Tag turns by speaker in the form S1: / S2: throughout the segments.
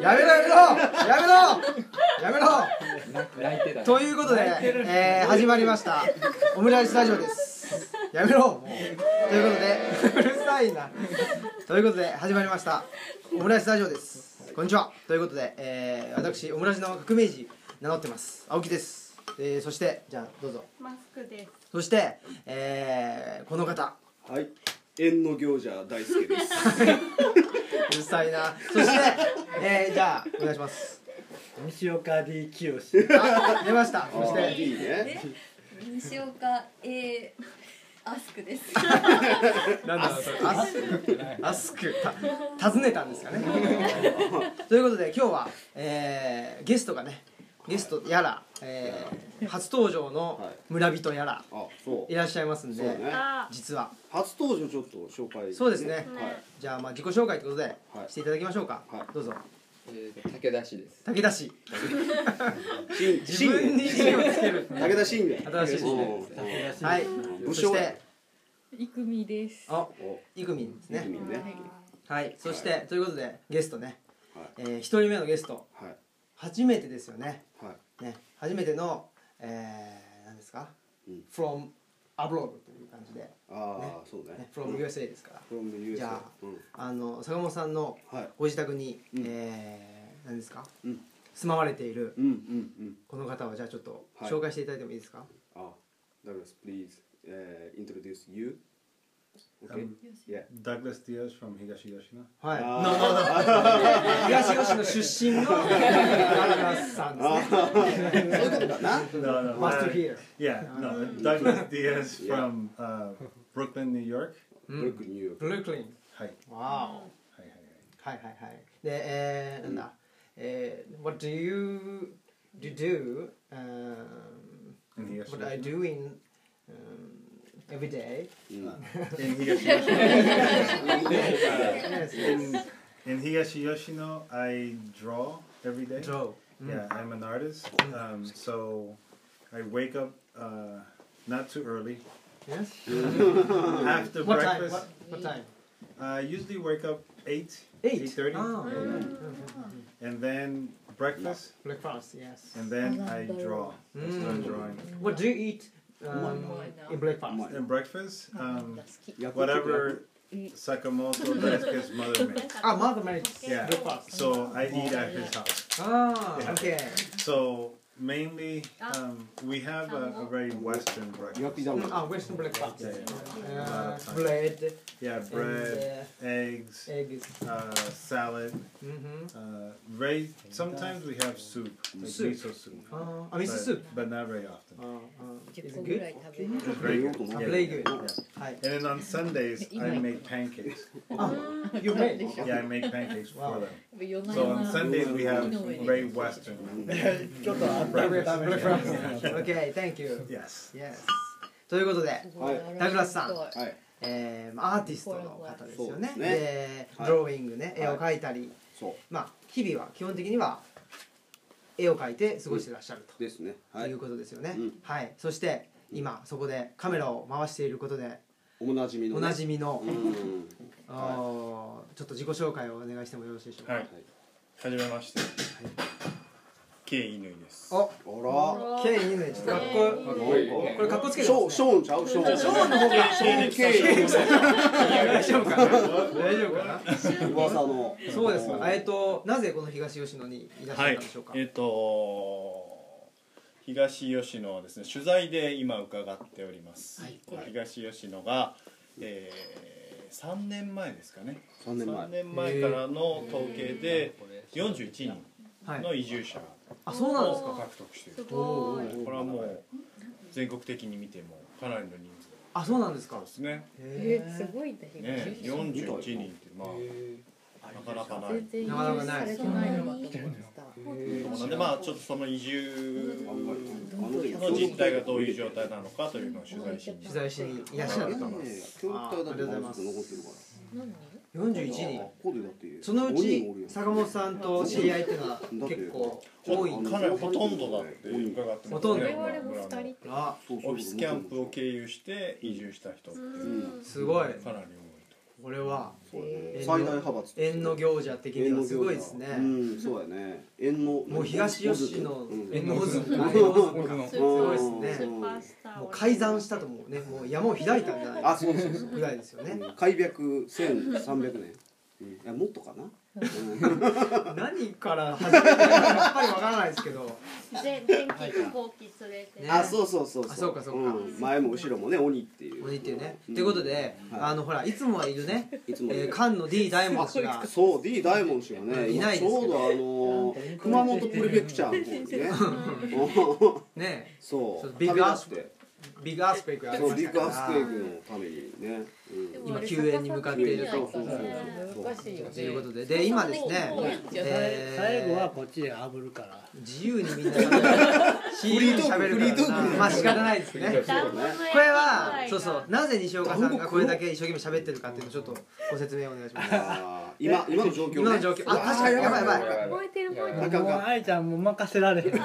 S1: やめろやめろやめろやめろ
S2: 泣いてた
S1: ということで、えー、始まりましたオムライスラジオですやめろもうということでうるさいなということで始まりましたオムライスラジオですこんにちはということで、えー、私オムライスの革命児名乗ってます青木です、えー、そしてじゃあどうぞ
S3: マスクです。
S1: そして、えー、この方
S4: はい。縁の行者大輔です。
S1: うるさいなそして、えー、じゃあお願いします
S2: 西岡 D 清志
S1: あ出ましたそし
S4: あー
S1: て
S4: いいね。
S5: 西岡 A アスクです。
S1: なんだろうそれアスクアスクた訪ねたんですかね ということで今日は、えー、ゲストがねゲストやら、えー、初登場の
S4: はい
S1: 村人やら
S4: あ、そう。
S1: いらっしゃいますんで、
S4: そうね。
S3: あ
S1: 実は
S4: 初登場ちょっと紹介。
S1: そうですね
S3: ー、
S4: はい
S3: ね。
S1: じゃあまあ自己紹介ということで、
S4: はい
S1: していただきましょうか、
S4: はい
S1: どうぞ
S2: 武田氏です
S1: 武田氏
S4: 新
S1: 自分に字をつけ る
S4: 武田信玄。
S1: 新しいですね
S4: ね。
S1: はいそ
S4: 武将
S1: し
S4: や
S1: て
S5: いくみです。
S1: あ
S4: お、
S1: イグミンです
S4: ね。
S1: ね
S4: ね。
S1: はいそして、ということでゲストね、
S4: はい
S1: えー、1人目のゲスト
S4: はい。
S1: 初めてですよね
S4: はい。
S1: ね初めてのえー、何ですか、
S4: うん
S1: from abroad という感じで、
S4: ああ、そうね
S1: ね、。from USA ですから、
S4: from USA。
S1: じゃあ
S4: うん
S1: あの坂本さんの
S4: はい。
S1: ご自宅に、
S4: うん
S1: えー、何ですか、
S4: うん
S1: 住まわれている
S4: うんうんうん。
S1: この方をじゃあちょっと
S4: はい
S1: 紹介していただいてもいいですか、
S4: あ、Douglas, please, uh, introduce you. Okay.
S6: Um,
S4: Yeah.
S6: Douglas Diaz from Higashiyoshina.
S1: はい、
S4: あー
S1: ななな東吉野出身の ダルさんですね
S4: そういうことかな。
S6: No, no.
S1: マス
S6: uh,
S1: トヒー
S6: yeah, no.
S1: Ah.
S6: Douglas Diaz
S4: Yeah.
S6: from uh, Brooklyn, New York.
S4: ブルックニューヨーク。
S1: ブルックリン
S6: Hi.
S1: わお
S6: Hi, hi, hi.
S1: はいはいはいでえー、なんだえー、What Eh, do you do, do、um,
S6: In
S1: What I
S6: Higashiyoshina.
S1: do in、um, every day
S4: うん
S6: In Higashiyoshina,
S1: yes,
S6: in, in Higashiyoshino, I draw every day.
S1: draw Mm.
S6: Yeah, I'm an artist. Um, so I wake up uh, not too early.
S1: yes
S6: After
S1: what time
S6: breakfast,
S1: what, what time
S6: I usually wake up 8,
S1: Eight?
S6: 8.30.
S1: Oh.
S6: And then breakfast,
S1: breakfast yes
S6: and then I draw. I start
S1: Mm.
S6: drawing.
S1: what do you eat um,
S5: One more.
S1: in breakfast
S4: One.
S6: And breakfast, um,
S4: ヤクルト
S6: whatever Sakamoto Daisuke's mother makes.
S1: あ Ah, mother makes
S6: Yeah.
S1: breakfast
S6: So I eat at his house.
S1: ああ
S6: Yeah.
S1: okay
S6: So mainly, um, we have a, a very Western
S4: 予約
S6: breakfast.
S4: だもん。
S1: あ Ah, western breakfast
S6: Oh. Yeah,
S1: Uh,
S6: Lot of time.
S1: bread
S6: Yeah, bread,
S1: and,
S6: eggs,
S1: uh, eggs
S6: uh, salad.
S1: mm-hmm.
S6: Uh, very sometimes we have soup, like
S1: Soup.
S6: miso soup.
S1: あーあ
S6: But,
S1: 味噌スープ
S6: but not very often.
S1: あーあー is
S5: 10個
S1: it
S5: ぐ
S1: good?
S5: らい食べる。
S4: ブレイク
S1: あ
S6: や
S1: play good はい
S6: And then on Sundays, I make pancakes.
S1: あ you made
S6: Yeah, I make pancakes for them.
S5: 夜な
S6: So
S5: 夜
S6: on
S7: uh,
S5: な
S6: Sundays, we have very Western.
S1: okay thank you
S6: Yes.
S1: yes ということで
S4: はい
S1: ダグラスさん
S5: は
S4: はい。
S1: えーまあアーティストの方ですよね
S4: そうです
S1: で
S4: ねはい
S1: ドローイングね
S4: い
S1: 絵を描いたり
S4: そう。
S1: まあ日々は基本的には絵を描いて過ごしてらっしゃると
S4: ですね。は
S1: いう
S4: い。
S1: ことですよね
S4: うん
S1: はいそして今そこでカメラを回していることで
S4: おなじみの、
S1: おなじみの
S4: うん。
S1: あーちょっと自己紹介をお願いしてもよろしいでしょうか
S8: はい、はじめまして。ケイイヌイです。
S1: お
S4: あ
S1: ケイいいねちょっとかっこよ
S4: ら。
S8: こいいね
S1: これかっこつけ
S4: シ
S1: てま
S4: ョーンシ
S1: すね
S4: ョーンちゃうショーン。ショーンの方が。ショーンケ
S1: 大丈夫かな大丈夫かな
S4: イ。噂の。
S1: そうですか。えっとなぜこの東吉野にいらっしゃ
S8: は
S1: っ
S8: い
S1: たんでしょうか。、
S8: えっ、と東吉野はですね、取材で今伺っております。
S1: はい
S8: 東吉野が、えー、3年前ですかね。
S4: 三年
S8: 3
S4: 前。
S8: 年前からの統計で41人
S1: はい
S8: の移住者
S1: あそうなんです
S8: を
S1: か。
S8: 獲得してい
S3: す
S8: る。
S3: ごい。
S8: これはもう全国的に見てもかなりの人数
S1: あそうなんですか
S8: で。すね。
S1: へ
S5: えすごいんだけど
S8: ね、41人ってまあなかなかない
S5: 全。然
S1: なかなかない
S5: されてないのかと思ってた。
S1: え。
S8: なんでまあちょっとその移住
S4: あんまり
S8: の実態がどういう状態なのかというのを取材しに
S1: 取材しにいらっしゃると思います。
S4: 教育隊だってまだ残ってるから。
S5: 何？
S1: 41人
S4: ここでだって
S1: そのう
S4: 五人おる
S1: ち
S4: やん
S1: 坂本さんと知り合いっていうのは結構多い
S6: かなりほとんどだって伺ってます
S1: ほとんど
S9: 我々も二人って
S1: あ
S4: そうそう
S6: オフィスキャンプを経由して移住した人って
S4: ん
S1: すごい
S6: かなり
S1: これは
S4: そうだね
S1: 縁の
S4: 最大派閥って
S1: 縁の行者的にはすごいですね
S4: うんそうやね縁の
S1: もう東吉野の
S4: うん
S1: 縁の穂積
S4: うん
S2: 僕の
S9: ス
S1: すごいっすね
S9: スーパースター
S1: もう改ざんしたともうねもう山を開いたんじゃない
S4: あそうそうそう
S1: ぐらいですよね
S4: うん開闢1300年うんいやもっとかなうん
S1: 何から始めたかやっぱりわからないですけど
S9: で電気飛行機連れて
S1: ね
S4: あそうそうそう
S1: あそうかそうか
S4: ん前も後ろもね鬼っていう
S1: 鬼っていうね
S4: ん
S1: ってことで
S4: はい
S1: あのほらいつもはいるね
S4: いつもね
S1: えー菅野 D 大 門氏が
S4: そう D 大門氏がね
S1: い
S4: 今
S1: ない
S4: ち
S1: です
S4: ょ
S1: けど
S4: うどあのー熊本プレフェクチャーの方 にねうん
S1: ね
S4: そ
S1: そう
S4: う
S1: ビッグア
S4: 旅
S1: ス
S4: 立って
S1: ビッグアスペクやって
S4: そう
S1: ま
S4: ビ
S1: した
S4: ッグ
S1: か
S4: アスクエイ
S1: ら
S4: クのためにね うん
S1: 今救援に向かっている
S4: そう
S1: と
S4: そうそうそう
S10: 難しいよね
S1: ということでで今ですね
S10: もうもう
S1: えー
S11: 最後はこっちで炙るから
S1: 自由にみんな喋る自由に喋
S4: フリ
S1: るから
S4: ートークフリートー
S1: な
S4: ク
S1: まあ仕方ないですね
S9: 団子の焼き具合が
S1: これはそうそうなぜ西岡さんがこれだけ一生懸命喋ってるかっていうのをちょっとご説明をお願いします
S4: あー今今の状況ね
S1: 今の状況あ確かにやばいやばい
S9: 燃えてる燃え
S4: な
S9: て
S11: も
S4: かな
S11: う
S4: か
S11: 愛ちゃんも任せられへん
S1: こ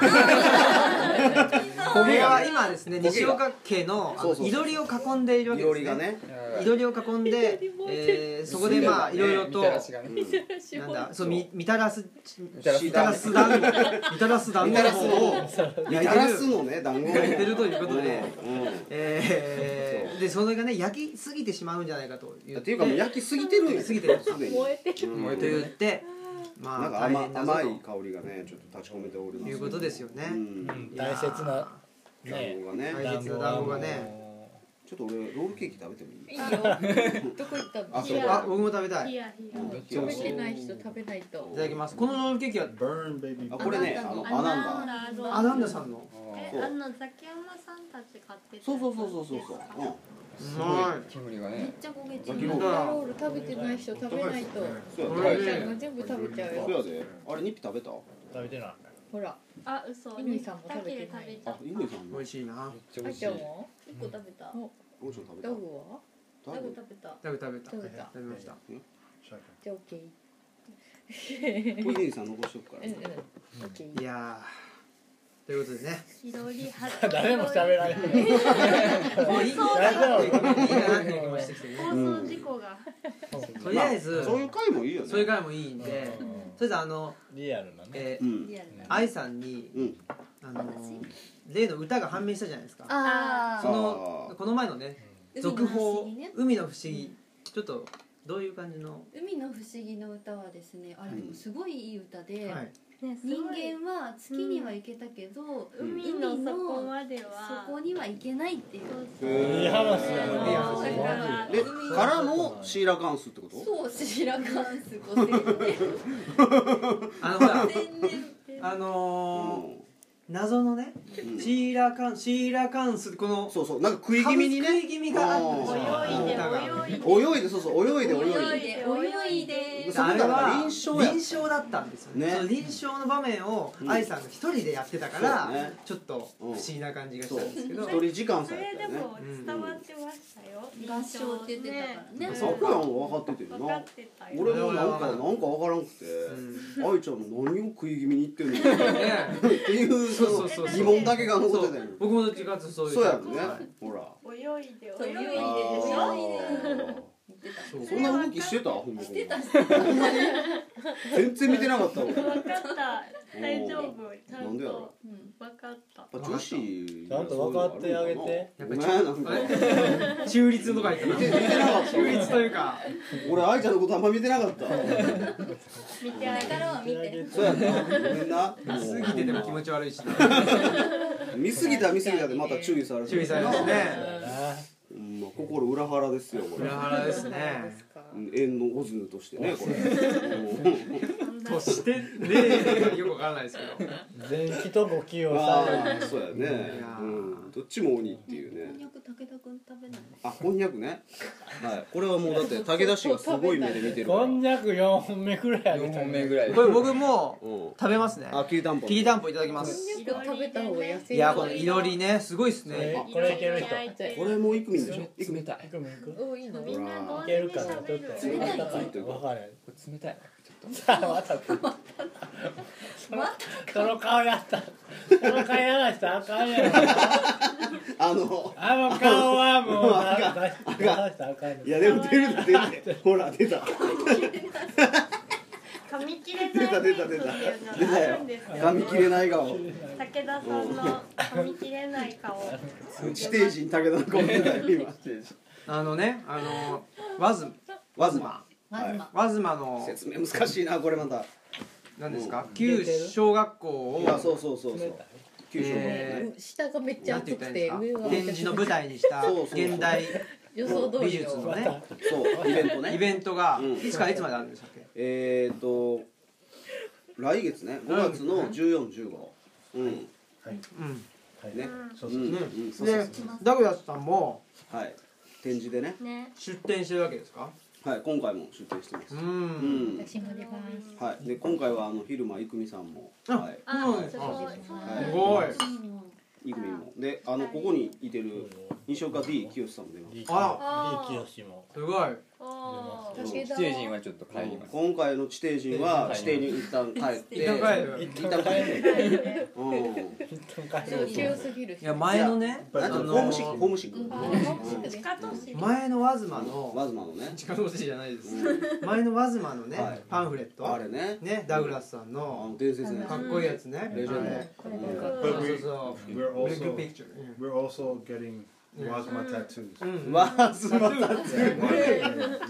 S1: れは今ですね
S4: 焦げが
S1: 西岡家のあ
S4: そ
S1: の
S4: うそう
S1: い
S4: そ
S1: ろ
S4: う
S1: りを囲んでいるわけ
S4: いろ
S1: で
S4: り
S1: す
S4: が
S1: ね
S4: ね
S1: いろりを囲んで、えーそこでまあいろいろと
S2: みたらしがね
S4: うん
S9: るし
S1: なんだそうみみたらす
S2: みたら
S1: み
S2: す
S1: たらす団子みたらす団子の方を
S4: み
S1: 焼い
S4: た
S1: て
S4: らす
S1: る
S4: のね団子
S1: 焼いてるということで、
S4: うんうん
S1: えーでそれがね焼きすぎてしまうんじゃないかと言
S4: っていうかもう焼きすぎてるんや
S1: すぎてる
S4: すでに
S9: 燃えてる
S4: うん
S2: 燃え
S1: と言ってま
S4: な
S1: あ
S4: んか甘
S1: 大変だぞ
S4: 甘い香りがねちょっと立ち込めております
S1: ということですよね
S4: うん
S1: いやー
S11: 大切なね
S4: 団子がね
S1: 大切な団子がね
S4: ちょっと俺ロールケーキ食べても
S7: いい
S4: いい
S7: よどこ行ったの
S4: あそう
S9: い
S1: あ
S9: や
S4: か
S1: 僕も食べたい
S9: ヒ
S1: い
S9: ヤヒヤ
S7: 食べてない人食べないと
S1: ただきますこのロールケーキは
S12: Burn, baby.
S4: あこれね
S7: あ
S4: あの
S9: ア
S4: ア
S9: ナ
S4: ナ
S9: ウ
S4: ンダ
S9: ンダ
S1: アナンダさんの
S9: え
S4: そう
S9: あのザキヤマさんたち買ってた
S4: そうそうそうそうそうそううん
S2: すごい煙が
S7: めっ
S2: ね
S7: ちゃ焦げてるロール食べてない人食べないと
S4: そう
S1: こ
S4: や
S1: れ
S4: で
S7: ちゃんが全部食べちゃう
S4: そう
S7: よ
S4: やであれニッピ食べた
S11: 食べてない
S7: ほら
S9: あ嘘
S7: イミさんも食べてない
S9: だけで
S4: あ
S9: 食べ
S4: イムさんも
S1: 美味しい
S2: め
S1: な
S2: っちゃ美
S7: あい
S2: 味し
S7: ち
S2: い
S7: ゃんも
S9: 一個食べた
S4: ローション食べた
S7: ダグは
S4: ダ
S7: ダグ
S4: グ
S7: 食べた
S1: 食べ食べた
S7: 食べた
S1: 食べました
S12: Shotgun.
S7: じゃあオッケー
S4: これイムさん残しとくから
S7: うんうん
S4: ね
S7: オッケー
S1: いやーということでね
S9: 白い
S11: た誰も喋られへん
S1: もういいかなっていう気もいいかなっていう気もしてきてね
S9: 放送事故が
S1: とりあえず
S4: まそういう回もいいよね
S1: それからいもいいんでとりあえずあの
S11: リアルなね
S1: え
S4: う
S1: ー
S4: ん
S7: リアルな
S1: 愛さんに
S4: うん
S1: あの例の歌が判明したじゃないですか
S7: あ
S1: その
S4: あー
S1: この前のね
S7: ー
S1: 続報
S7: 海の不思議ね
S1: 「海の不思議」ちょっとどういう感じの
S7: 海の不思議の歌はですねあれでもすごいいい歌で、
S1: はい
S9: 人
S7: 人間は月には行けたけど、
S9: 間海の底までは
S7: そこには行けないっていう
S11: いい
S4: へ
S11: 話や
S1: いい話
S11: な
S1: だ
S9: な
S4: ーでからのシーラカンスってこと
S7: そうシラカンス5000
S1: あ
S7: 年
S1: のほら
S7: 千年
S1: あ
S4: う
S1: のー
S4: ん
S1: 謎のね
S4: うん
S1: シーラカンシーラカンスこの
S4: そうそうなんか食い気味にね
S1: 食い気味があったでしょ
S9: 泳いで
S1: 歌が
S9: 泳いで
S4: 泳いでそうそう泳いで泳
S7: 泳
S4: い
S7: い
S4: で
S7: で泳いで
S4: そ
S1: あ
S4: れ
S1: れ
S4: だから
S1: は
S4: 臨床や
S1: 臨床だったんですよね
S4: ね
S1: その臨床の場面を
S4: うん
S1: 愛さんが一人でやってたか
S4: そ
S1: ら、
S4: うだね
S1: ちょっと不思議な感じがしたんですけど
S4: 一人時間
S9: そ
S4: さや
S9: れ
S4: った
S9: で
S4: よね
S9: も伝わってましたよ
S7: 合唱って言ってたからね
S9: ね
S4: さくらんは分かっててる
S9: 分か
S4: な
S9: ってた
S4: 俺
S9: よ
S4: もなんかなんか分からんくて愛ちゃんの何を食い気味に言ってんのっ
S1: ね
S4: ていう
S1: そうそう
S4: そ
S1: そう
S4: の
S1: そう
S4: 疑問だけが残ってたよ
S1: 僕もどっちかっていうとそういう
S4: そうや
S1: タ
S4: も
S1: イ
S4: ん
S1: プ
S4: ね
S1: はい
S4: ほら
S9: 泳いで
S7: そう泳い
S9: 泳い
S7: で
S9: で
S7: でしょ
S4: あ
S7: 言ってた
S1: そう
S4: ーそんな動きしてたほんま
S7: してたし
S4: 全然見てなかった俺
S9: 分かった大丈夫ちゃ
S4: なん
S9: ん
S4: でやろ
S9: と
S7: うん
S9: 分かった
S4: やっぱ女子に
S11: ちゃんと分かってあげて
S4: そういうのあるのかなごめんなんか
S1: 中立とか言って
S4: 見
S1: た
S4: て見てなかった
S1: 中立というか
S4: 俺 愛ちゃんのことあんま見てなかった
S9: 見てあ
S7: だ
S9: げ
S7: か
S9: る
S7: らは見て
S4: そうやなごめんな
S1: 見すぎてても気持ち悪いしね
S4: 見すぎた見すぎたでまた注意されて
S1: 注意されますね
S4: うんまあ心裏腹ですよこれ
S1: 裏腹ですね
S4: うん縁のオズヌとしてねこれうん
S1: としてねよくわからないですけど
S11: 前期とご器用さ
S4: ああそうやね
S1: いやー
S4: うんどっちも鬼っていうね
S5: んにゃく武田くん食べない
S4: あこんにゃくねはいこれはもうだって武田氏がすごい目で見てるから
S11: こんにゃく4本目くらいあげ
S2: 4
S11: た
S2: 本目ぐらいで
S1: これ僕も
S4: うん
S1: 食べますね
S4: あきりたんぽ
S1: きりたんぽいただきます
S3: い
S9: 色食べた方が安
S1: いやこのいろりねすごいっすね
S11: ねこれいける人
S4: これもういくみんでしょいくみ
S2: 冷たい
S11: くみんく
S9: おいいの
S3: みんな同
S11: い
S3: 時
S11: け
S3: に
S11: るかな
S3: 食
S11: ちょ
S3: べ
S11: っ
S3: る
S4: 冷たい
S11: と温かいと分かる
S2: これ冷たい
S11: さあまたその顔やったその顔やらしたらあかんやろ
S4: あの
S11: あの顔はもうなんか出し出したらあかん
S4: い
S11: よ
S4: やでも出る出る出るほら出た
S3: 噛み切れないフェイスっていうのがあるんですよ
S4: 噛み切れない顔
S3: 武田さんの噛み切れない顔
S4: 地底人武田の顔出たよ今
S1: あのねあのワズ
S4: わずま
S9: まずま
S1: ワズマの
S4: 説明難しいなこれまた
S1: 何ですか旧小学校を
S4: いやそうそうそうそう九州の
S1: え
S4: ね
S9: 下がめっちゃ
S1: なんて
S9: 熱
S1: 言った
S9: く
S1: らいいんですか展示の舞台に
S9: て上は
S1: した
S4: そうそうそう
S1: 現代
S9: 予想通
S1: 美
S9: り
S1: 術の
S9: の
S1: ね
S4: そうイベントね
S1: イベントが
S4: うん
S1: いつからいつまであるんでしたっけ
S4: えーと来月ね5月の1415うん
S1: うん
S4: ね
S6: そううんそううん
S4: そうそう
S1: でダグラスさんも
S4: はい展示でね
S3: ね
S1: 出展してるわけですか
S4: はい今回も出展してます
S1: う
S4: うんん
S9: 私も出ます
S4: はいで今回はあの昼間郁美さんも
S1: あ
S4: はい
S3: あ
S1: うん
S3: すごいそうなん
S1: す
S3: だ
S1: ごい
S4: 郁美もであのここにいてる西岡 D 清さんも出ます
S11: あら D 清も
S1: すごい
S3: おー
S9: 武田
S2: 地底人はちょっと帰ります
S4: 今回の地底人は地底に一旦帰って
S1: 一旦帰る
S4: 一旦帰ってうん
S9: は強すぎる
S1: いや前のね
S4: なんていうのホームシックホームシック
S3: 地下都市
S1: 前のワズマ
S4: うん
S1: の
S4: ワズマのね
S1: 近道じゃないです
S4: うん
S1: 前のワズマのね
S4: はい
S1: パンフレット
S4: あれね
S1: ねダグラスさん
S4: あの
S1: の
S4: 伝説ね
S1: かっこいいやつね
S4: レジェンド
S1: あれ
S9: これとか
S6: うん
S1: そうそう
S6: We're
S1: そうビッ
S6: also
S1: グピクチュー
S6: we're also getting
S1: Yeah.
S6: Wazma tattoos.
S1: うんうん
S4: ワズマだ
S6: Wazma.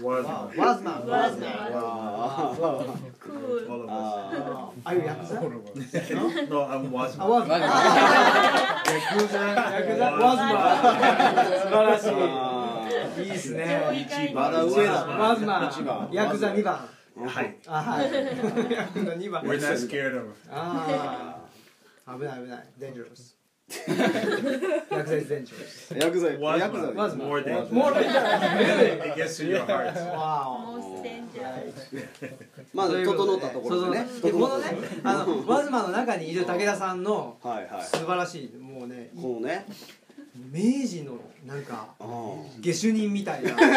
S1: ワズマンワズマン
S4: わー
S3: クール
S6: All of us.
S4: あ
S1: ああいうヤクザ
S6: No, I'm
S1: あ
S6: Wazma.
S1: ワズマン
S6: Yakuza.
S1: ヤクザ
S6: Wazma.
S1: ワズマン素晴ら
S4: あ
S1: しいいいっすね
S3: 上位階
S4: まだ
S3: 段
S4: 上だ
S1: ワズマ
S4: 一番
S1: ンヤクザ2番
S6: はい
S1: あはいヤクザ2番
S6: We're not scared of
S1: ああ危ない危ないデンジャロスヤクザデンジャロス
S4: ヤクザヤク
S6: Wazma.
S4: ザ
S1: Wazma.
S6: More dangerous.
S1: もう
S6: It gets to your heart.
S1: わ
S3: モー
S1: お
S3: スデンジャー
S4: まず整ったところでね
S1: そうそうでこ
S4: 整っ
S1: の
S4: た
S1: ねあのワズマの中にいる武田さんの
S4: はいはい
S1: 素晴らしいもうね
S4: このね
S1: 明治のなんか
S4: う
S1: 下
S4: ん
S1: 手人みたいな感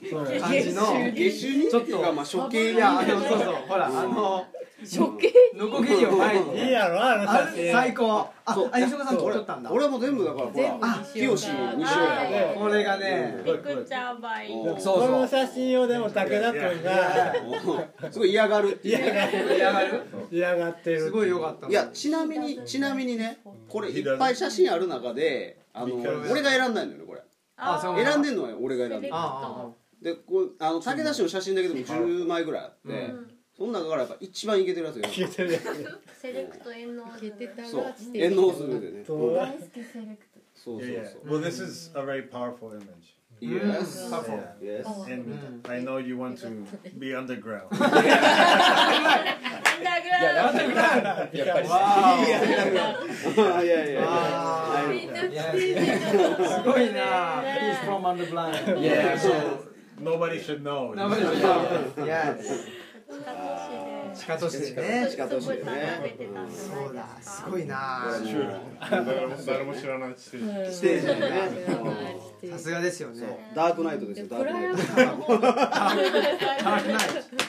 S1: じの
S4: 下手人っていうかまあ処刑
S1: いやあのそうそうほらあの
S4: 処
S9: 刑
S1: ノコギリを前
S11: いい
S1: に
S11: やろあの
S1: あ
S11: 写
S1: れ
S11: 真
S1: 最高あ
S4: そう
S1: あ西岡さん撮
S4: 俺
S1: ったんだ
S4: 俺はもう全部だからほ
S9: 全部
S4: ら
S9: 西岡
S4: 清に西
S3: あ
S4: 岡
S1: これがね
S3: ピクチャーバイ
S4: うん
S1: そう
S11: こ
S1: そ
S11: の
S1: う
S11: 写真をでも武田君が
S4: うんすごい嫌がるっていう
S11: 嫌が
S1: 嫌がる
S11: 嫌がってる
S1: すごい良かった
S4: いやちなみにちなみにねこれいっぱい写真ある中であの俺が選んだんだよねこれ
S1: あそう
S4: 選んでんのは俺が選んだ
S1: あああ
S4: でこうあの武田氏の写真だけでも10枚ぐらいあって、
S1: うん
S4: その中からやっぱ一番イケてるやつが
S11: 聞いてるやつ
S3: セレクト遠納
S9: 消えてたら
S4: そう
S9: して
S4: 縁の鶴でね
S11: ど
S4: うん
S11: う
S9: 大好きセレク
S4: そうそう
S6: Yeah,
S4: そう
S6: yeah. Well, this is a very powerful image.
S1: うん
S4: Yes
S1: パフォー
S6: Yeah.
S4: Yes
S6: And
S1: Mm.
S6: I know you want to be underground.
S3: アンダーグラウンド
S2: やっぱり
S1: わー
S4: いやいや
S1: あー
S4: いや
S1: いやすごいな。He's from under blind.
S6: Yeah, so nobody should know.
S1: 名前ですよ。いや、
S3: 地下都市
S1: 地下都市でね。
S4: 地下都
S3: で
S4: 市
S3: すごい
S4: で
S3: 食べ
S4: ね
S3: てたんじゃ
S1: そう
S3: ない
S1: だ。
S3: です
S1: す
S3: か
S1: ごいな。
S8: 誰も誰も知らない地底人
S9: ト
S4: ステージでね
S9: うん
S1: さすがですよ
S4: そう
S1: ね。
S4: ダークナイトですよダー
S9: プ
S4: ク
S9: ラ
S4: ナ
S9: イ
S4: イ
S9: ム
S4: ト
S9: さ んも
S1: ダークナイト。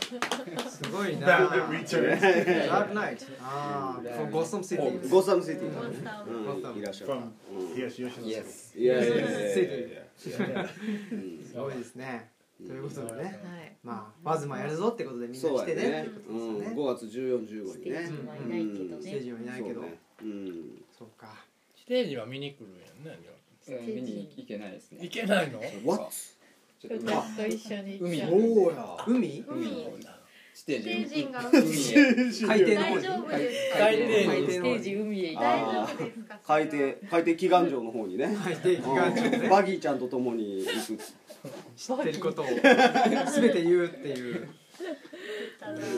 S1: すごいな。ダ
S6: Bandit
S1: ー
S6: returns
S1: クナイト。ああ、from Gotham City。
S4: ゴッサムシティ
S3: モンスターも
S4: うんいらっしゃる
S6: from Hiyashi Yoshino's.
S4: いやいやいやいやいや
S1: すごいですね。ということでね。
S9: はい
S1: まあ、まずまやるぞってことでみんな来
S4: そうや
S1: てね。っ
S4: ね
S1: てこと
S4: う
S1: ですよ
S4: ん
S1: ね。
S4: 5月1415にね
S9: ステージはい
S4: な
S9: ないい
S4: け
S9: け
S4: ど
S1: ステージはいないけど
S4: そう。
S9: どね
S4: ねうん
S1: そうか。
S11: ステージは見に来るんやんね
S2: えー見に行けないですね
S11: いけないの
S4: What?
S2: ちょっ
S9: 部
S2: とまあ
S9: 活と一緒に
S2: 海
S1: おおや。海？
S3: 海
S2: 地底
S3: 地底
S2: 人
S3: 人が
S2: 海へ
S1: 海底の方
S3: 大
S1: に。
S3: 丈夫ですか
S1: 海
S9: ステ
S11: 海底に
S9: ージ海へ行
S4: あ
S3: 大丈
S9: っ
S3: 夫ですか
S4: 海底海底祈願城の方にね
S1: 海底祈願所
S4: うんバギーちゃんと共に行く
S1: 知ってることを全て言うっていう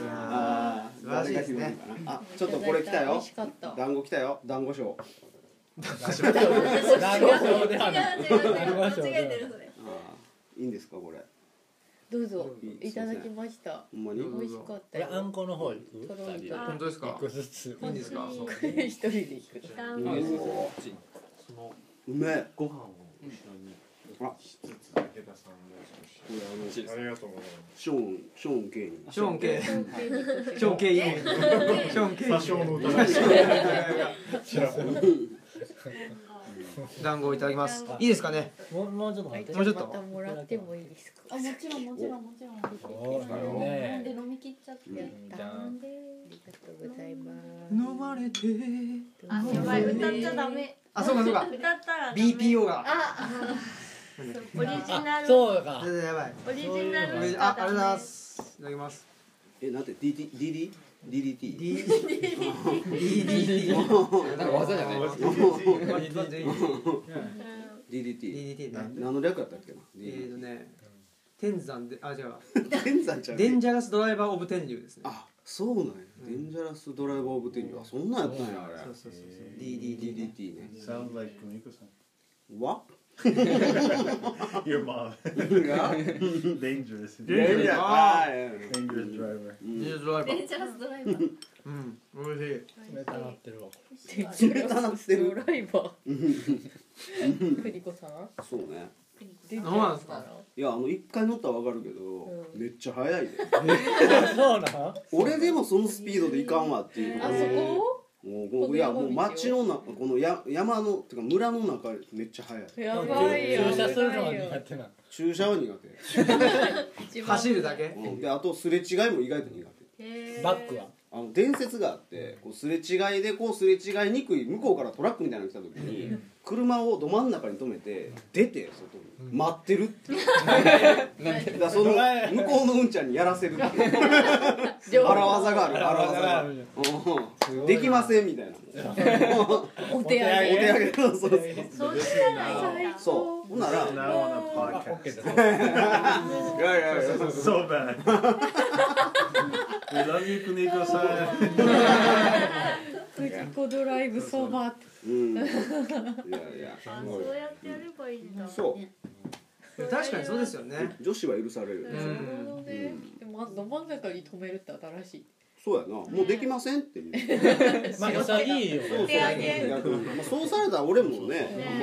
S4: ああ
S1: 素晴らしいですね
S4: あちょっとこれ来た
S9: 美
S4: よ
S9: 味しかった
S4: 団子来たよ団子賞
S11: なるほど
S9: 違
S11: で
S9: う違う違う
S11: はない
S9: 間違えてるそれ
S4: あーいいんですかこれ
S7: どうぞ
S4: いいですね
S7: いただきました
S4: ほんま
S7: 美
S4: に
S7: 味しかっ
S11: こ
S7: た
S11: れ
S7: よ
S11: あんこの方いく
S7: とろり
S2: 二人
S7: と
S9: あ
S13: 本当です
S11: 一
S13: か
S11: 個ずつ
S13: いいんですかそう
S7: これ一人で行く
S9: 乾
S4: う
S9: 杯
S4: ん
S13: その
S4: うめえ
S13: ご飯を後ろに
S4: これあの
S6: ありがとうございます
S4: ショーンショーンケイン
S1: ショーン系シ
S7: シ
S1: ョーン系イエショーン系
S6: 多少の疑い
S1: 団子をいただきますいいですかね
S11: もうもうちょっと待って
S1: もうちょっと
S7: またもらってもいいですか
S9: あもちろんもちろんもちろん
S11: おー
S7: お
S9: 飲んで
S11: ね
S9: 飲み切っちゃって
S7: やったありがとうございます
S1: 飲まれて
S9: あやばい歌っちゃダメ
S1: あそうかそうか
S9: 歌ったらダメ
S1: BPO が
S9: あオリジナ
S11: あ
S9: ル
S11: そうか
S1: 全然やばい
S9: オリジナ
S1: ああ
S9: ル
S1: り
S9: し
S1: が
S9: か
S1: とうご
S9: ダメ
S1: ざいますいただきます
S4: えなんて DDDDDT
S1: D
S2: なんか技じゃないですか
S9: うん
S4: DDT
S1: DDT ね
S4: 何の略やったっけな
S1: えーとね天山であ違う
S4: 天山ちゃん
S1: デンジャラスドライバーオブ天竜ですね
S4: あそうなんやデンジャラスドライバーオブテンジあそんなんやったんやあ
S1: そう
S4: れ
S1: そうそうそう
S6: へ
S1: DDD ね
S4: DDT ね
S6: Sounds like Kumiko-san
S4: わ
S6: Your mom
S4: が
S6: Dangerous
S4: デンジャーあー
S6: Dangerous driver
S1: デンジャラスドライバ
S9: デ
S1: ー
S9: ンジャラスドライバー
S1: うん美味しい
S11: 冷たなってるわ
S4: それだなってる
S7: ドライバークリコさん
S4: そうね
S7: 何
S1: なんですか
S4: いやあの一回乗ったらわかるけど
S7: うん
S4: めっちゃ速いで
S11: そうなん
S4: 俺でもそのスピードでいかんわっていう
S7: あそこ
S4: もうこのいやもう街の中このや山のてか村の中めっちゃ速い
S7: やばいよ
S11: 駐車するのが
S7: 危ない
S11: 苦
S7: よ
S11: 手なの
S4: 駐車は苦
S7: 一番
S1: 走るだけ
S4: 手、うん、であとすれ違いも意外と苦手
S9: へー
S11: バックは
S4: あの伝説があってこうすれ違いでこうすれ違いにくい向こうからトラックみたいなの来た時に車をど真ん中に止めて出て外に待ってるっていう だからその向こうのうんちゃんにやらせるっていう
S7: 上
S4: 荒技がある荒技があ
S11: あ
S4: る
S11: る
S4: うんできませんみたいな
S7: お手上
S4: お
S7: げ
S4: 手上げのそう
S9: そうしたらいいんだ
S4: そうほんなら
S6: Now on a podcast
S4: いやいやいや
S6: So bad We love you Kumiko-san
S7: クリコドライブそばって
S4: うんいやいや
S9: あそうやってやればいいんだ
S4: そ
S1: 確かにそうですよね
S4: う女子は許されるよ
S9: う
S4: ね
S1: ん
S7: なるほどねでもまずど真ん中に止めるって新しい
S4: そうやなもうできませんって言う
S11: まあそれいいよ
S4: そうそう
S9: 手上げ
S4: 逆にまあそうされたら俺も
S9: ね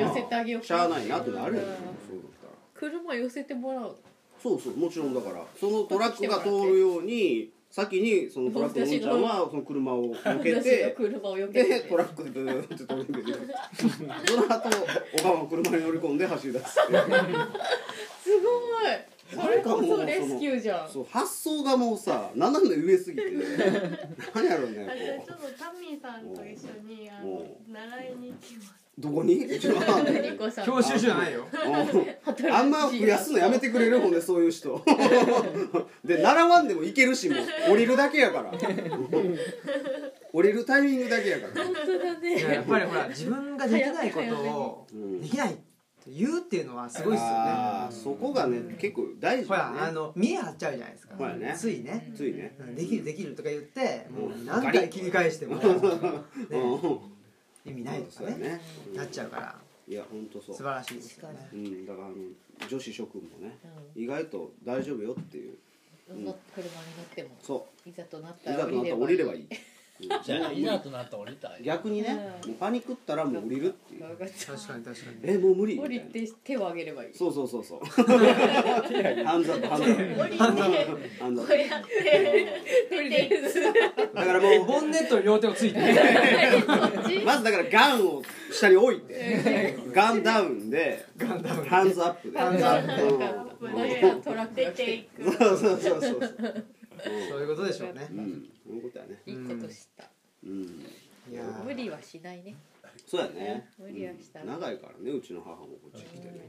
S4: ね
S7: 寄せてあげよう
S4: しゃあないなってなるよね
S7: うん
S4: そうだったら
S7: 車寄せてもらう
S4: そうそうもちろんだからそのトラックが通るように先にそのトラックのおんちゃんはその車を向け
S7: 私が
S4: て
S7: 車を避け
S4: で
S7: て
S4: トラックでブーって通るんでその後おばは車に乗り込んで走り出すっていう
S7: すごいそれこそレスキューじゃん
S4: そう発想がもうさ斜め上すぎて何やろう
S9: あじゃ
S4: ね
S9: あち
S4: こ
S9: ょっとタミーさんと一緒にあの
S4: お
S9: 習いに行きます
S4: うどこにうちの 母
S7: ク
S4: ね
S7: リコさん
S1: 教習所じゃないよ
S4: うんあんま増やすのやめてくれるほん でそういう人で習わんでもいけるしもう降りるだけや から降りるタイミングだけやから
S7: 本当だ
S1: いややっ
S7: ね
S1: ぱりほら自分ができないことを
S4: うん
S1: できないって言うっていうのはすごいっすよね
S4: あーそこがね、結構大事
S1: ほ
S4: だ
S1: ら
S4: ね
S1: あの見え張っちゃうじゃないですか
S4: ほらね
S1: ついね
S4: ついね、
S1: うんできるできるとか言っても
S4: う
S1: うん何回切り返しても
S4: うん
S1: ね意味ないと
S4: そう
S1: か
S4: や
S1: ね
S4: ね、
S1: なっちゃうから
S4: いやほんとそ
S1: 素晴
S4: う、
S1: らしいですよね
S4: うん、だからあの女子諸君もね意外と大丈夫よっていう
S7: うん乗っ車に乗っても
S4: そ
S7: いざとなっ
S4: うい
S7: た
S4: ざ
S7: ら
S4: となったら降
S7: 降
S4: り
S7: り
S4: れ
S7: れ
S4: ば
S7: ばい
S4: いい
S7: い、
S4: うん
S11: じゃあいざとなったら降りたい
S4: 逆にね、
S7: うん
S4: もうパニックったらもう降りるっていう
S1: 確かに確かに
S4: えもう無理
S7: 降りて手を上げればいい
S4: そうそうそう そうハンズアップハンズアップ
S9: 降りて
S4: ハンズアッ
S9: こうやって
S7: とりあえず
S4: プだからも
S1: ボンネットに両手をついて
S4: うまずだからガンを下に置いてガンダウンで
S1: ガンダム
S4: ハンズアップで
S7: ハンズアップ
S4: うん
S7: なんかトラック
S9: 出
S7: が来
S9: て
S7: て
S9: いく
S4: そうそうそうそう
S1: そういうことでしょうね
S4: うんそういうことやね
S7: いいことした
S4: うん
S1: いやー
S7: 無理はしないね
S4: そうやね
S7: 無理はしたら
S4: 長いからねうちの母もこっち来てね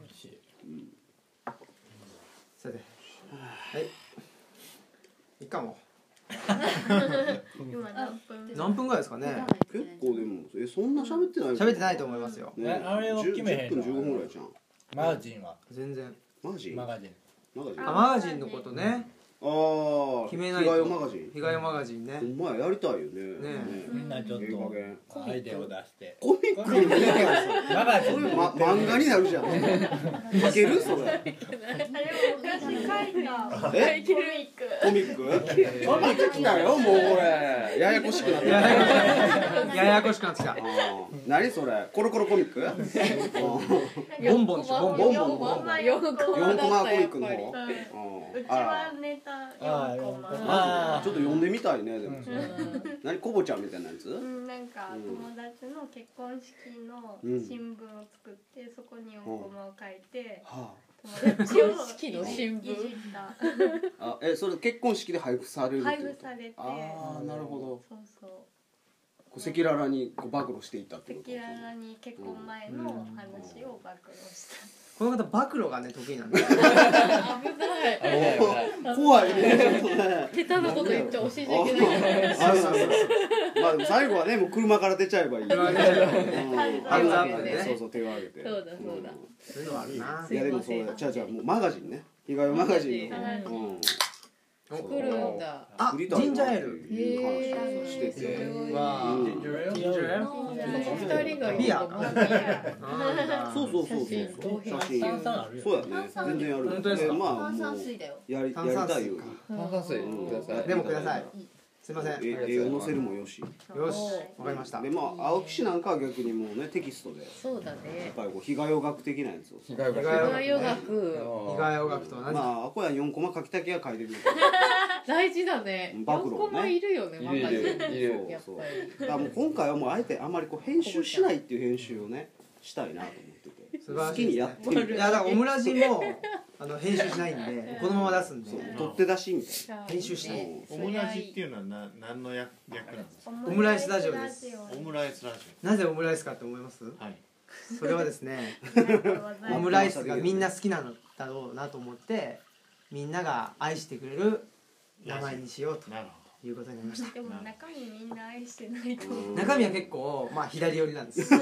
S1: それではいいっかも
S9: 今何分
S1: 何分ぐらいですかね
S4: 結構でもえそんな喋ってない
S1: 喋ってないと
S4: 思
S1: 思いますよ
S4: うね
S11: えあれは決めへん
S4: 10
S11: の
S4: 分15分ぐらいじゃん
S11: マージンは
S1: 全然
S4: マジ
S11: マガジン
S4: マジ
S9: あ
S1: あマージンのことね
S4: ああ
S1: 決めない
S4: 被
S1: と
S4: 害マガジン
S1: 被害マガジンね
S4: ほんまややりたいよね
S1: ね
S11: みんなちょっ
S4: いい加
S11: と
S4: 減
S11: アイデアを出して
S4: コミックに
S11: マガジ
S4: そ
S11: ン
S4: れ、ま、漫画になるじゃんいけるそれ
S9: 昔書いた
S4: え
S9: コミック
S4: コミックコミックだよもうこれややこしくなってき
S1: や
S4: た
S1: やややこしくなってきた
S4: あー何それコロコロコミックあー
S1: ボンボンでしょボンボン
S4: ボンボン
S9: 4マ4コマ
S4: 四コ
S9: だ
S4: マ
S9: っ
S4: コ
S9: た
S4: ミ
S9: や
S4: ッ
S9: っ
S4: クの
S9: ぱり
S4: 方
S9: うんうち
S4: あ
S9: はネタ
S11: あ
S9: 4コ
S11: ー
S9: マ
S4: あ
S11: あ
S4: ーちょっと読んでみたいねでも
S11: うん
S4: 何コボちゃんみたいなや
S9: う
S4: つ
S9: んなんか友達の結婚式の新聞を作ってそこに4コマを書いて
S4: は
S9: 友達を
S5: 式の新聞
S9: いじった
S4: ああえそれ結婚式で配布されるって
S9: 配
S4: こ
S9: 布
S4: と
S9: されて
S4: ああなるほど
S9: そうそう
S4: こう赤裸々にこう暴露していったって
S9: 赤
S4: こと
S9: 裸々に結婚前の話を暴露した
S1: この方暴露がね得意なんで
S9: 危な
S2: 危
S9: い
S2: ない危ない
S4: 怖いねちょっとね
S9: 下手なこと言っちゃ教えちゃいけないから
S4: あそうそうそうまあでも最後はねもう車から出ちゃえばいいうん
S1: 車から出ちゃえば
S9: ハンズア
S1: ップでね
S4: そうそう手を挙げて
S5: そうだそうだ
S1: そういうのはある ない
S4: やでもそうだじゃあじゃあもうマガジンね被害マガジンの
S9: マガジン
S4: うん
S5: 来るんだ
S1: あジンジャーエール
S4: いう話をしてて、
S5: へー
S1: わ
S4: うん
S1: ジンジャーエール
S5: この
S9: 二人が
S1: ビア
S9: あいや
S1: あー
S4: そうそうそうそう写真
S11: 炭酸あるよ
S4: そうだね全然やる
S1: 本当ですか
S4: まあ
S5: 炭
S4: も
S5: 酸
S4: う
S5: 水だよ
S4: やりや
S1: 炭
S4: り
S1: 酸
S4: たい
S1: 水
S4: よ
S1: か
S2: 炭酸水ください
S1: でもくださいすいませんよし
S4: え絵を載せるもよし
S1: わかりました
S4: でまあ青木氏なんかは逆にもうねテキストでや
S5: そうだ
S4: っ
S5: ね
S4: ぱりこう被害を学的なやつを
S2: 被害が
S1: 被
S5: 東洋学
S1: 被害音楽と同じ
S4: まあアコヤ4コマ書きたけは書いてくるけど
S9: 大事だね
S4: 暴露ね
S9: 四コマいるよねマ
S2: い
S9: ガ
S2: るい
S9: ジン
S2: るいる
S4: そう
S5: やっ
S4: そう
S5: ぱり
S4: だからもう今回はもうあえてあんまりこう編集しないっていう編集をねしたいなと思ってて
S1: 素晴ら
S4: 好
S1: し
S4: き
S1: い
S4: に
S1: で
S4: や
S1: す
S4: っ
S1: ね
S4: てみる
S1: いやだからオムラジもあの編集しないんでこのまま出すんで
S4: そう取って出しみたいな
S1: 編集しない
S14: オムラジっていうのはな何の役役なんですか
S1: オムライスラジオです
S14: オムライスラジ
S1: なぜオムライスかって思います
S14: オはい
S1: それはですね
S9: ありがとうございます
S1: オムライスがみんな好きなのだろうなと思ってみんなが愛してくれる名前にしようと
S14: なる
S1: いうことになりました
S9: でも中身みんな愛してないと思う
S1: 中身は結構まあ左寄りなんです
S4: ちょう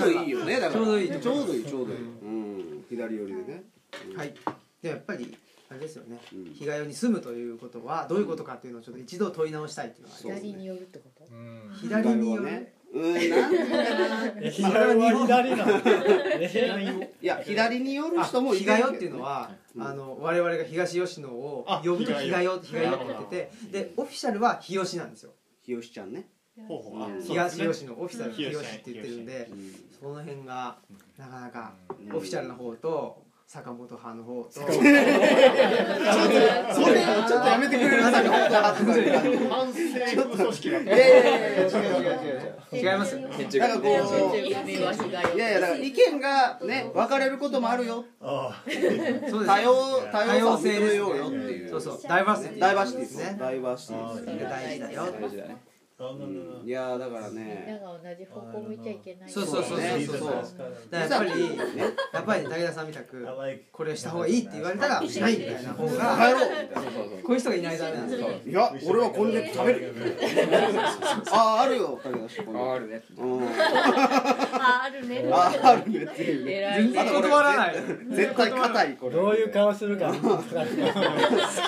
S4: どいいよねだ
S1: ち
S4: から
S1: ょうどいいと
S4: ちょうどいいちょうどいいうん左寄りでね
S1: はいでもやっぱりあれですよね
S4: うん
S1: 日帰りに住むということはどういうことかっていうのをちょっと一度問い直したいっていうのがあります
S5: 左によるってこと
S2: うん
S1: 左に寄る
S4: うんなんで
S11: え左は左なのえ
S4: いや左に寄る人も
S1: 日がよっていうの
S4: は
S1: は、
S4: うん
S1: あの我々が東吉野を
S14: あ
S1: 呼ぶと日
S14: 日
S1: が
S14: が
S1: よ日がよって言っててでオフィシャルは日吉なんですよ
S4: 日吉ちゃんね
S14: ほどほうほうあそうで
S1: 東
S14: すね
S1: 吉野オフィシャル日吉って言ってるんで
S4: うん
S1: その辺がなかなか
S4: うん
S1: オフィシャルの方と坂本派の方と
S4: それをちょっとやめてくれる坂本派とかいう感じ
S14: 反省組織だっ
S4: いやいやいや違う違う違う違う
S1: 違いますよ
S2: め
S1: ね
S2: っちゃ
S4: なんかこう
S5: い
S4: いやいやだから意見がね分かれることもあるよ
S6: あ
S1: そうです
S4: 多様多
S1: 多
S4: 様
S1: 様性
S4: 性
S1: で
S4: を認め
S1: す
S4: ようよって
S1: ね
S4: いう
S1: そうそうダイバーシティ
S4: ダイバーシティです
S1: ね
S4: ねダイバーシティです
S1: それが大事だよ
S2: 大事だね
S6: あ
S4: うんいやーだからね
S5: が同じ方向向いちゃいけない
S1: そうそうそうそうそうだからやっぱりやっぱりね武田さんみたく
S6: I like
S1: これした方がいいって言われたらしないみたいな方
S4: 帰
S1: が
S4: ろうみたいな
S2: そうそう
S1: こういう人がいないとダメなんですよ
S4: いや俺はこれで食べるあああるよ武田氏
S2: そ
S4: これ
S2: うあるね
S4: うん
S9: ああるね
S4: ああるねっていうね
S5: 偉い
S1: 全然断らない
S4: 絶対硬いこれ
S11: どういう顔する
S1: 好
S11: か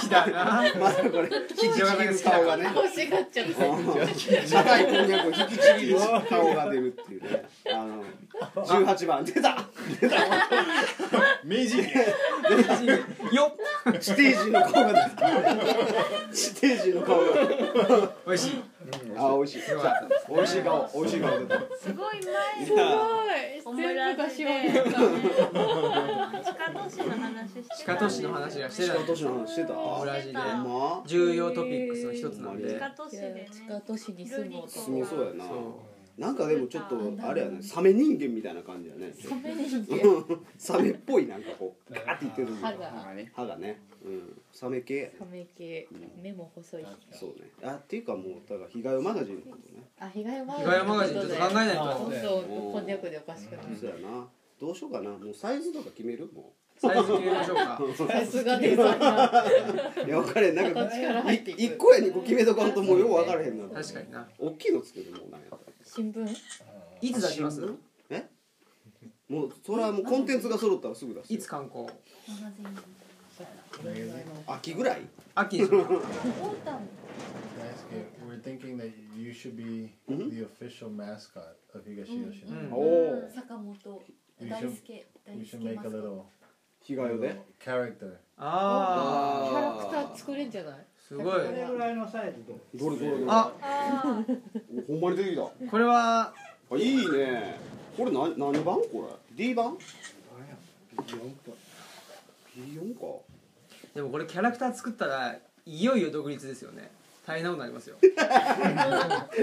S1: きだな
S4: まだこれ引きちぎる顔がね
S5: 欲しがっちゃった
S4: 硬いこんにゃくを引きちぎる顔が出るっていうねあの18番出た
S14: 名人
S1: よ
S4: 地底人の顔が出た地底人の顔が
S1: っおいしい
S4: あ美味しい
S1: よかったです
S4: 美味しい顔美味しい顔出たい
S9: すごい前に
S4: や
S9: オムライスで
S5: 全
S9: 地下都市の話してた
S1: 地下都市の話がして
S4: 鹿
S1: た
S4: 年の話してた
S1: オム
S4: ほ
S1: ラジで
S9: た
S4: んま
S1: 重要トピックスの一つなん
S9: 地
S1: で
S9: 下都市でね
S5: 地下都市に住もうと
S4: 住みそうやな
S1: そ
S4: なんかでもちょっとあれやねサメ人間みたいな感じやね
S5: サメ人間
S4: サメっぽいなんかこうガーっていってる
S5: 歯が
S2: まあね
S4: 歯がね、うん、サメ系
S5: サメ系目も細い
S4: そうねあっていうかもうだから被害マガジンのことね
S5: あ被害マ
S1: う被害マガジンちょっと考えない
S11: あ
S1: と
S11: そうだよ
S5: そうこんにゃくでおかしくなる
S4: そうやなどうしようかなもうサイズとか決めるも
S1: サイズ決めましょうか
S5: さすがデザイナー
S4: ういや分かれんなんか
S5: 力入っていく
S4: 1個や2個決めとかんともうよう分からへんな
S1: 確かにな
S4: 大きいの作るもうなんやったら
S5: 新聞
S1: いつ出します
S4: えもうそれはもうコンテンツが揃ったらすぐ出す
S1: いつ観光
S4: 秋ぐらい
S15: We're thinking that you should be the official mascot of Higashiyoshina.
S5: 坂本
S15: We
S5: 大
S15: should,
S5: 輔
S15: we
S5: 大
S15: should
S5: 輔
S15: make
S5: マ
S15: a
S5: ス
S15: little
S4: 日替えで
S15: character.
S1: あ
S7: キャラクタ
S4: あ
S7: ー作れんじゃない
S1: すごい
S7: これぐらいのサイズどう
S4: どれどれどれ
S1: あ
S4: おほんまに出てきた
S1: これは
S4: あいいねこれな何番これ D 版 P4 か
S1: でもこれキャラクター作ったらいよいよ独立ですよね大変なことになりますよ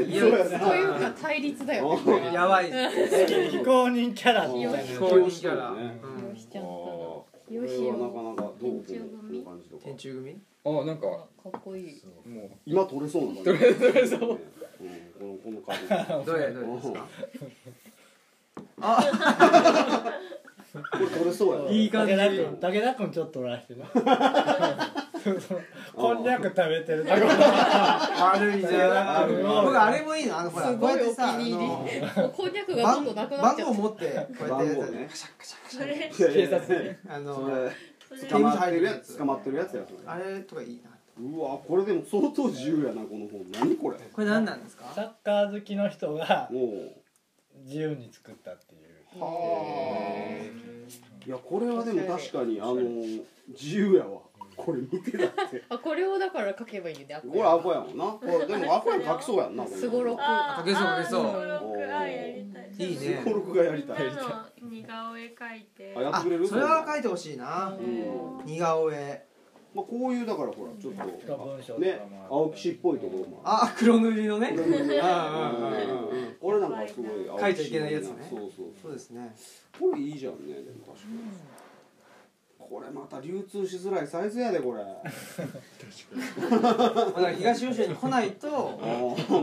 S1: いよいよ
S7: いうか対立だよねこれは
S1: やばい
S11: 非公認キャラみたい
S1: 非
S11: な
S1: 公認キャラ
S7: どうしちゃったの
S4: これはなかなかどうこう
S7: 天柱組
S4: この感じとか
S1: 天柱組
S2: あなんか
S7: かっこいい
S2: も
S4: 今取れそうな感じ
S2: 取れ取れそう
S4: ねうんこのこの感じ
S1: どれどれですか
S4: これ取れそうやない
S1: い感じ
S11: 武田君武田君ちょっとおら してなそうそうこんにゃく食べてるとこ
S1: 悪いじゃん僕あれもいいのあのほら
S7: す
S1: こう
S7: ご
S1: やっ
S7: い
S1: て
S7: お気
S1: さあ
S7: に入
S1: の
S7: りもうこんにゃくがど
S1: 番
S7: んどんなくなっ
S1: 番
S7: ちゃ
S1: 号
S7: う
S1: 持ってこうやって
S4: 番
S1: や
S4: 号
S1: つ
S4: ね
S5: それ
S4: 警察
S1: あの
S4: それ捕まってるやつ捕まってるやつやそれ
S1: あれとかいいな
S4: うわこれでも相当自由やなこの本何これ
S1: これ何なんですか
S11: サッカー好きの人が
S4: もう
S11: 自由に作ったっていう
S4: いやこれはでも確かにあの自由やわこれ見てだって
S7: あこれをだから書けばいいんだよ
S4: これアコや もんなこれでもアコやに書きそうやんなこれ
S7: すごろく
S1: かけそうかけそう
S9: あやりたい
S1: いいね
S4: 登録がやりたい
S9: みんなの似顔絵描いて
S4: あやっ
S1: あ
S4: てくれる
S1: それは書いてほしいな
S4: うん
S1: 似顔絵
S4: まあこういうだからほらちょっ
S11: 文
S4: と
S11: 章とか
S4: ね
S11: もあって
S4: 青騎士っぽいところもあ
S1: あ黒塗りのね
S4: る
S1: うんうんうんうん
S4: うん俺なんかすごい青
S1: 書い
S4: 騎
S1: ちゃ
S4: 士
S1: いけないやつね
S4: そうそう
S1: そうですね
S4: これいいじゃんねでも確かにこれまた流通しづらいサイズやでこれ
S1: まあだから東吉野に来ないと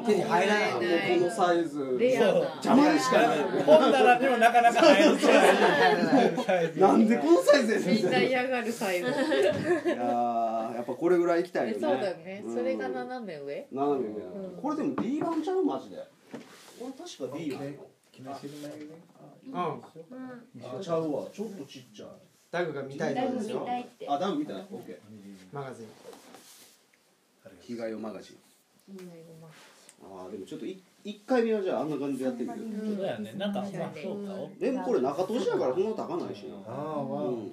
S1: 手に入らない
S4: このサイズ
S7: レアな
S4: 邪魔でしかないよね
S11: 本棚にもなかなかないんですよ
S4: なんでこのサイズやねん
S7: みんな嫌がる 最後
S4: いやーやっぱこれぐらい行きたいよ
S7: え
S4: ね
S7: そうだよねそれが
S4: うん
S7: 斜め上
S4: 斜め上だこれでも D 版ちゃうマジでこれ確か D や
S15: Can I see the magazine?
S1: うん
S4: あちゃうわちょっとちっちゃい
S1: ダグが見たいと
S5: 大
S1: こで
S5: 分
S1: す
S5: 見
S1: よ
S5: たいって
S4: あダウンみたいなオッケー
S1: マガジン
S4: 被害用マガジン
S7: いいな今
S4: ああでもちょっとい一回目はじゃああんな感じでやってみる
S11: そうだよねなんかまあそうか
S4: でもこれ中通しだからこんな高ないしな
S15: Oh,
S4: う
S15: wow.
S4: ん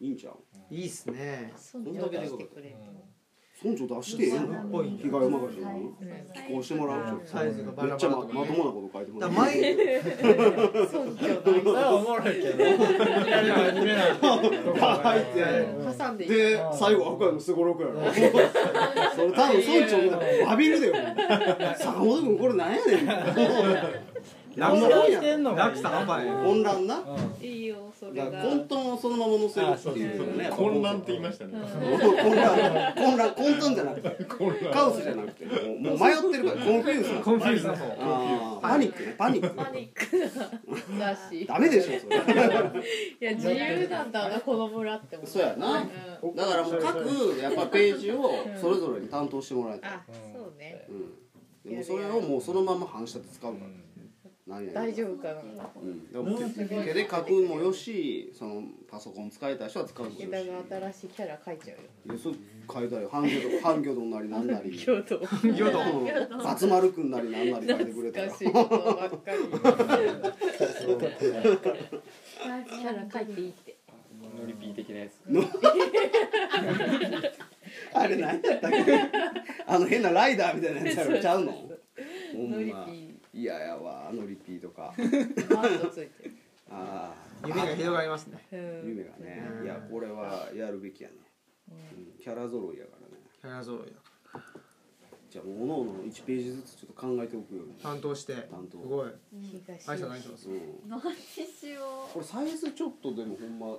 S4: いいんちゃう
S1: いいっすね
S7: 村長がしてくれる
S4: 村長出してええやんな
S1: ぽい
S4: 被害用マガジンな
S7: う
S4: こうしてもらうちょっ
S1: サイズが
S4: と
S1: バ
S4: めっ
S1: ラ
S4: ちゃ
S1: バラ
S4: ま
S1: と
S4: ま
S1: か
S4: ともなこと書いても
S1: だ
S4: ら
S1: から
S4: う
S1: 毎
S11: そ れはおもろいけどやり始めない
S4: 入って
S7: ん挟んでい
S4: で最後赤いのすごろくやろそれ多分村長も詫びるでよ坂本君これなんや ねん何の本や
S11: んの
S1: 落差半端ない
S4: 混乱ない
S7: いいよそれ
S4: だか
S7: が
S4: ら混沌をそのまま載せるっていうのがね
S14: 混乱って言いましたね
S4: 混乱混乱混沌じゃなくてカオスじゃなくてもうもう迷ってるからコンフューズな
S1: コンフューズの方
S4: あーパニックねパニック
S7: パニックだし
S4: ダメでしょそれ
S7: いや自由なんだなこの村って思う
S4: そうやな
S7: うん
S4: だからもう各やっぱページをそれぞれに担当してもらえたら
S7: あそうね
S4: うんでもそれをもうそのまま反射で使うから何々
S7: 大丈夫かな
S4: うんでも手手で書くんもよしそのパソコン使えた人は使うのもよし
S7: 枝が新しいキャラ書いちゃうよ
S4: いやそれ変えたよ半魚半魚丼なりなんな り
S7: 京都
S4: 魚丼松丸くんなりなんなり書いてくれたら
S7: 懐かしいことばっかりキャラ書いていいって
S2: うノリピー的なやつ
S4: あれ何やったっけ あの変なライダーみたいなやつやろちゃ うのほ
S7: ノ
S4: ん
S7: リ
S4: ま
S7: ピ
S4: いややわノリピーとか
S7: ーバッとついてる
S4: ああ
S1: 夢が広がりますね
S7: うん
S4: 夢がねいやこれはやるべきやね、うん、キャラ揃いやからね
S1: キャラ揃いだ
S4: じゃあもう各々1ページずつちょっと考えておくように
S1: 担当して
S4: 担当
S1: すごい
S7: 東
S1: 愛さん何します
S4: うん
S5: 何しよ
S4: これサイズちょっとでもほんま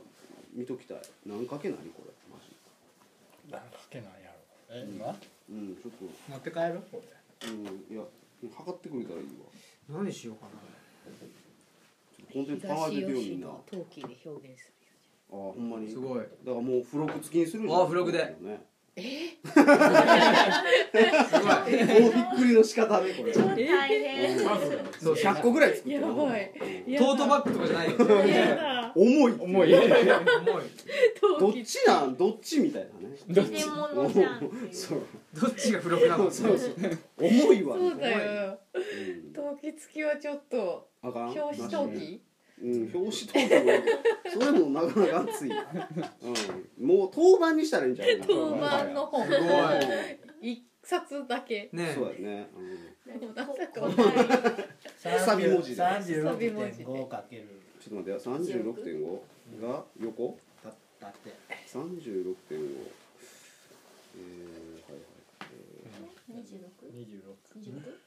S4: 見ときたい何かけ何これマジ
S11: なんかけなんやろえ今
S4: うんちょっと
S11: 持って帰る
S4: うんいや測ってくれたらいいわ
S1: 何しようか
S4: ちょっとコンテンツ考えてるよみ
S7: 吉
S4: んなあ
S7: の陶器で表現するよ
S4: あほんま
S1: な
S4: に
S1: す
S4: だか
S1: ごい
S4: らもう付録付きにするんじゃ
S1: あ付録で
S4: ねえすごいもうびっくりの仕方ねこれ
S9: 大変
S1: そう
S4: 100個ぐらい作って
S7: や
S4: る
S7: ばい
S1: トートバッグとかじゃないよ
S7: やだ
S4: 重い
S2: 重い
S1: 重い
S7: 陶
S4: どっちなんどっちみたいなね
S9: どっち偽物じゃんっていう
S4: そう
S1: どっちが付録なの
S4: そうそう重いわ
S7: そうだよ陶器付きはちょっと
S4: あかん
S7: 表紙陶器
S4: うん、表紙トークもそれもなかなか熱い、うん、もう当番にしたらいいんじゃないか な
S7: 当番の本
S4: すごい
S7: 一冊だけ
S4: ねそうだね、
S7: でもまさかない
S4: うん、サビ文字で
S11: 三
S4: ち
S11: 十
S4: ょっ
S11: 六点五かける。
S4: と待ってよ36.5が横
S11: だだって。
S4: 36.5えー、はいはい
S5: 二十六。
S11: 二十六。
S5: 二十六。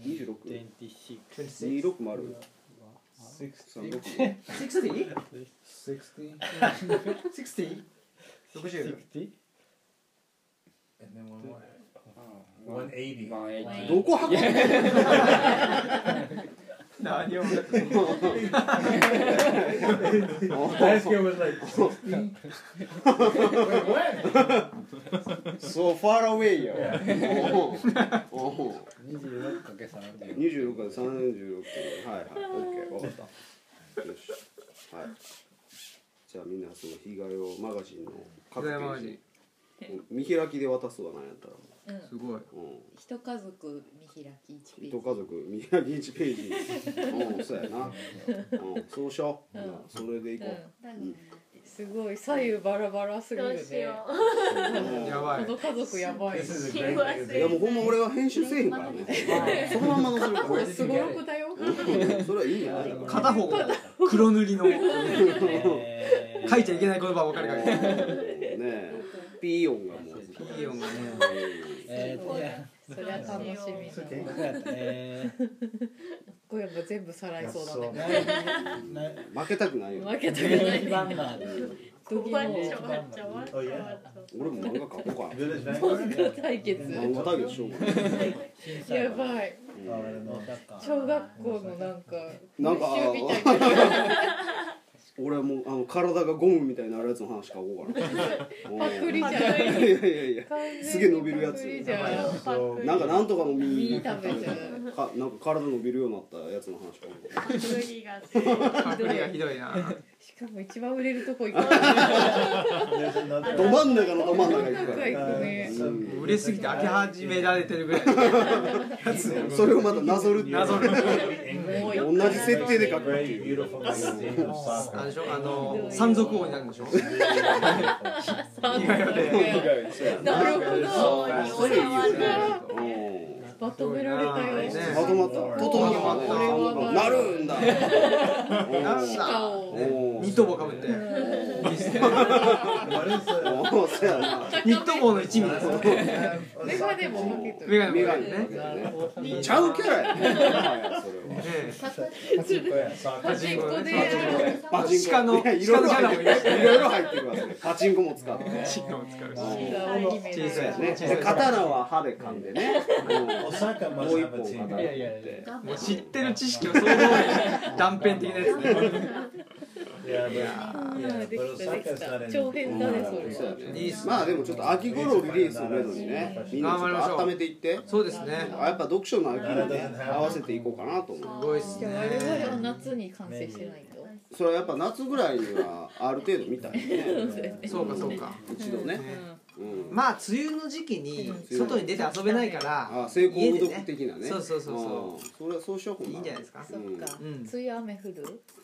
S4: 26
S11: 26
S4: 26もある36
S1: 60?
S15: 60
S1: 60? 60?
S15: and then one more. 180.
S2: 180
S4: どこ 運んでんの
S1: 何を
S15: Daisuke was like, 60?
S4: So far away よ
S11: 二十六かけ三で。
S4: 26から36点はいはい OK 分かったよしはいじゃあみんなその被害をマガジンの各ペ
S1: 被害マガ
S4: ー
S1: ジ
S4: ジ見開きで渡すわなんやったら
S7: うん
S1: すごい
S4: うん
S7: 一家族見開き一ページ
S4: 一家族見開き1ページうんそうやなうんそうしよう
S7: うん
S4: ほなそれでいこ
S7: うんすごい左右バラバラすぎるね
S9: どうしよ
S4: う
S1: やばい
S7: この家族やばい
S15: This
S7: す
S15: is a
S9: う
S15: great
S9: 幸
S15: idea.
S9: せ
S4: いやもうほんま俺は編集せえへんからねそのまんまのそれから
S7: すごろくだよ
S4: うんそれはいいんじゃない
S1: 片方黒塗りの書いちゃいけない言葉ばかり書いてる
S4: ねえピー音がもう
S1: いい音がね
S11: えーとね
S7: そりゃ楽し
S9: そ
S7: み
S11: ど
S7: だ
S11: こやったね。
S7: 小山全部さらいそうだね
S11: な
S4: 負けたくないよ
S7: 負けたくな
S11: ない
S7: い
S11: バンナーで。
S7: ドキ
S9: わっちゃ
S7: の
S9: わっちゃわっちゃわっちゃ
S4: 俺も漫画描こうかな
S15: Village Vanguard?
S7: 対決
S4: 漫画対決しようかな
S7: やばい小学校のなんか
S4: なんか
S7: 復習みたい な
S4: 俺はもうあの体がゴムみたいになるやつの話書こうかな
S7: パクリじゃん
S4: いやいやいやすげえ伸びるやつ
S7: 完全にパクリじゃん
S4: なんかなんとかの
S7: い
S4: 身
S7: い食べちゃう
S4: かなんか体伸びるようになったやつの話書こうかな
S9: パクリがすごい
S1: パクリがひどいな
S7: しかも一番売れるとこ行くからね
S15: There's another
S4: ど真ん中のど真ん中
S7: な
S4: 行
S7: ん
S4: くか
S7: から行く
S15: uh,
S7: ね
S15: some
S1: 売れすぎて開け始められてるぐらい
S4: それをまたなぞるっていう
S1: なぞる
S7: もうよく
S4: 同じ設定で書く
S15: very beautiful magazine of
S1: あ
S15: soccer.
S1: れでしょあの山賊王になるんでしょ外
S7: 三
S1: で
S7: なるほど
S4: それいいよね
S7: まとめられたよ
S1: ね
S4: うんまとまったトトロがねなるんだ
S1: なるんだ
S7: 顔
S4: おー
S1: ニット帽かぶって
S4: おーそうやな
S1: ニット帽の一味ですよ
S7: メガネもかけて
S1: メ
S7: る
S1: ガネ
S4: メ
S1: もか
S4: ガ
S1: け
S4: ネ
S1: て
S4: だ
S1: ね
S4: け
S1: ね
S4: どね
S1: いい
S4: ちゃうキャラやねそれは
S1: え
S7: パチンコで
S4: パチンコ
S1: 鹿の
S4: いやいろいろ
S1: 鹿のキャラも
S4: 入
S1: い
S4: っ
S1: る
S4: てるいろいろ入ってるわそれパチンコも使ってね
S1: チンを使うし
S7: 小
S4: そうや
S7: さい
S4: ねで刀は歯で噛んでね
S15: Osaka
S4: も
S15: must
S4: う一
S15: have a team.
S4: 本刀
S11: いやい
S4: っ
S11: やい
S4: て
S1: もう知ってる知識を総合で断片的なやつね
S15: Yeah, but
S7: うんできたできた長編だねそ
S4: そう
S7: れ
S4: や
S7: は
S4: ね
S1: いいっすね
S4: まあでもちょっと秋頃リリースのめどにねみんなちょっと温めていって
S1: そうですね
S4: あやっぱ読書の秋にね合わせていこうかなと思
S1: すご
S4: う
S1: いっす
S7: じゃあ
S1: ね
S7: 我々は夏に完成してないと
S4: それはやっぱ夏ぐらいにはある程度見たいね
S1: そうかそうか
S4: 一度ねうん
S1: まあ梅雨の時期に外に出て遊べないから
S4: あ成功
S1: 家
S4: う
S1: で
S4: ど
S1: ね
S4: く的なね
S1: そうそうそうそ
S4: うんそれはそうしようか
S1: ういいんじゃないですか
S7: そっか
S1: う
S7: 梅
S1: ん
S7: 雨雨降る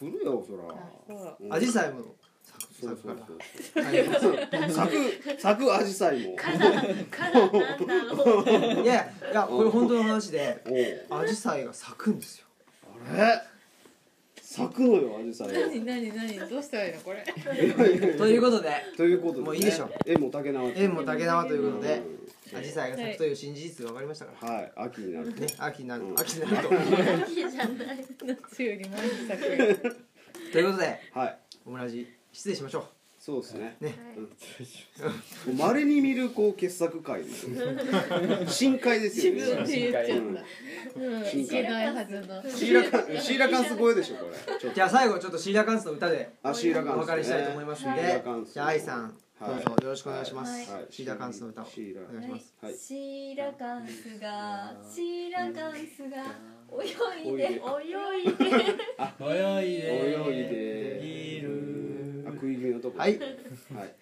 S4: 来るよそ
S7: あそう
S4: らうん
S1: 紫陽花も
S4: そうそうそう
S1: はい
S4: 咲く咲くアジサイも
S9: からなんだろう
S1: いやいやこれ本当の話で
S4: おう
S1: 紫陽花が咲くんですよ
S4: あれ咲くのよアジサイが
S7: 何何何どうしたらいいのこれ
S1: ということで
S4: ということでね
S1: もういいでしょ
S4: 絵も竹縄
S1: 縁も竹縄ということで
S4: うん
S1: 紫陽花が咲くという新事実が分かりましたから
S4: はい秋になる
S1: ね秋になる
S4: うん
S1: 秋になると
S9: 秋じゃない
S7: 夏より前に咲く
S1: ということで
S4: はい
S1: オムラジ失礼しましょ
S4: そうですねまれに見るこう傑作会 ですよね深海です
S7: 自
S4: よね
S7: 分で言っちゃっ
S4: うん
S7: たうんいけないはずの
S4: シーラカンシーラカンス超えでしょこれちょっ
S1: う
S4: と
S1: じゃあ最後ちょっとシーラカンスの歌で
S4: あシーラ
S1: お
S4: カ
S1: 別れ
S4: ンスね
S1: したいと思いますの
S4: シーラ
S1: で
S4: カンス
S1: じゃあ愛さんど
S4: は
S1: う
S4: い
S1: ぞよろしくお願いします
S4: はい
S1: シーラカンスの歌を
S4: シーラ
S1: お願いします
S4: はい
S5: シーラカンスがシーラカンスが泳いで泳いで
S11: 泳いで。
S4: 泳いで
S11: いる。
S4: あ食い気のとこ
S1: はい
S4: はい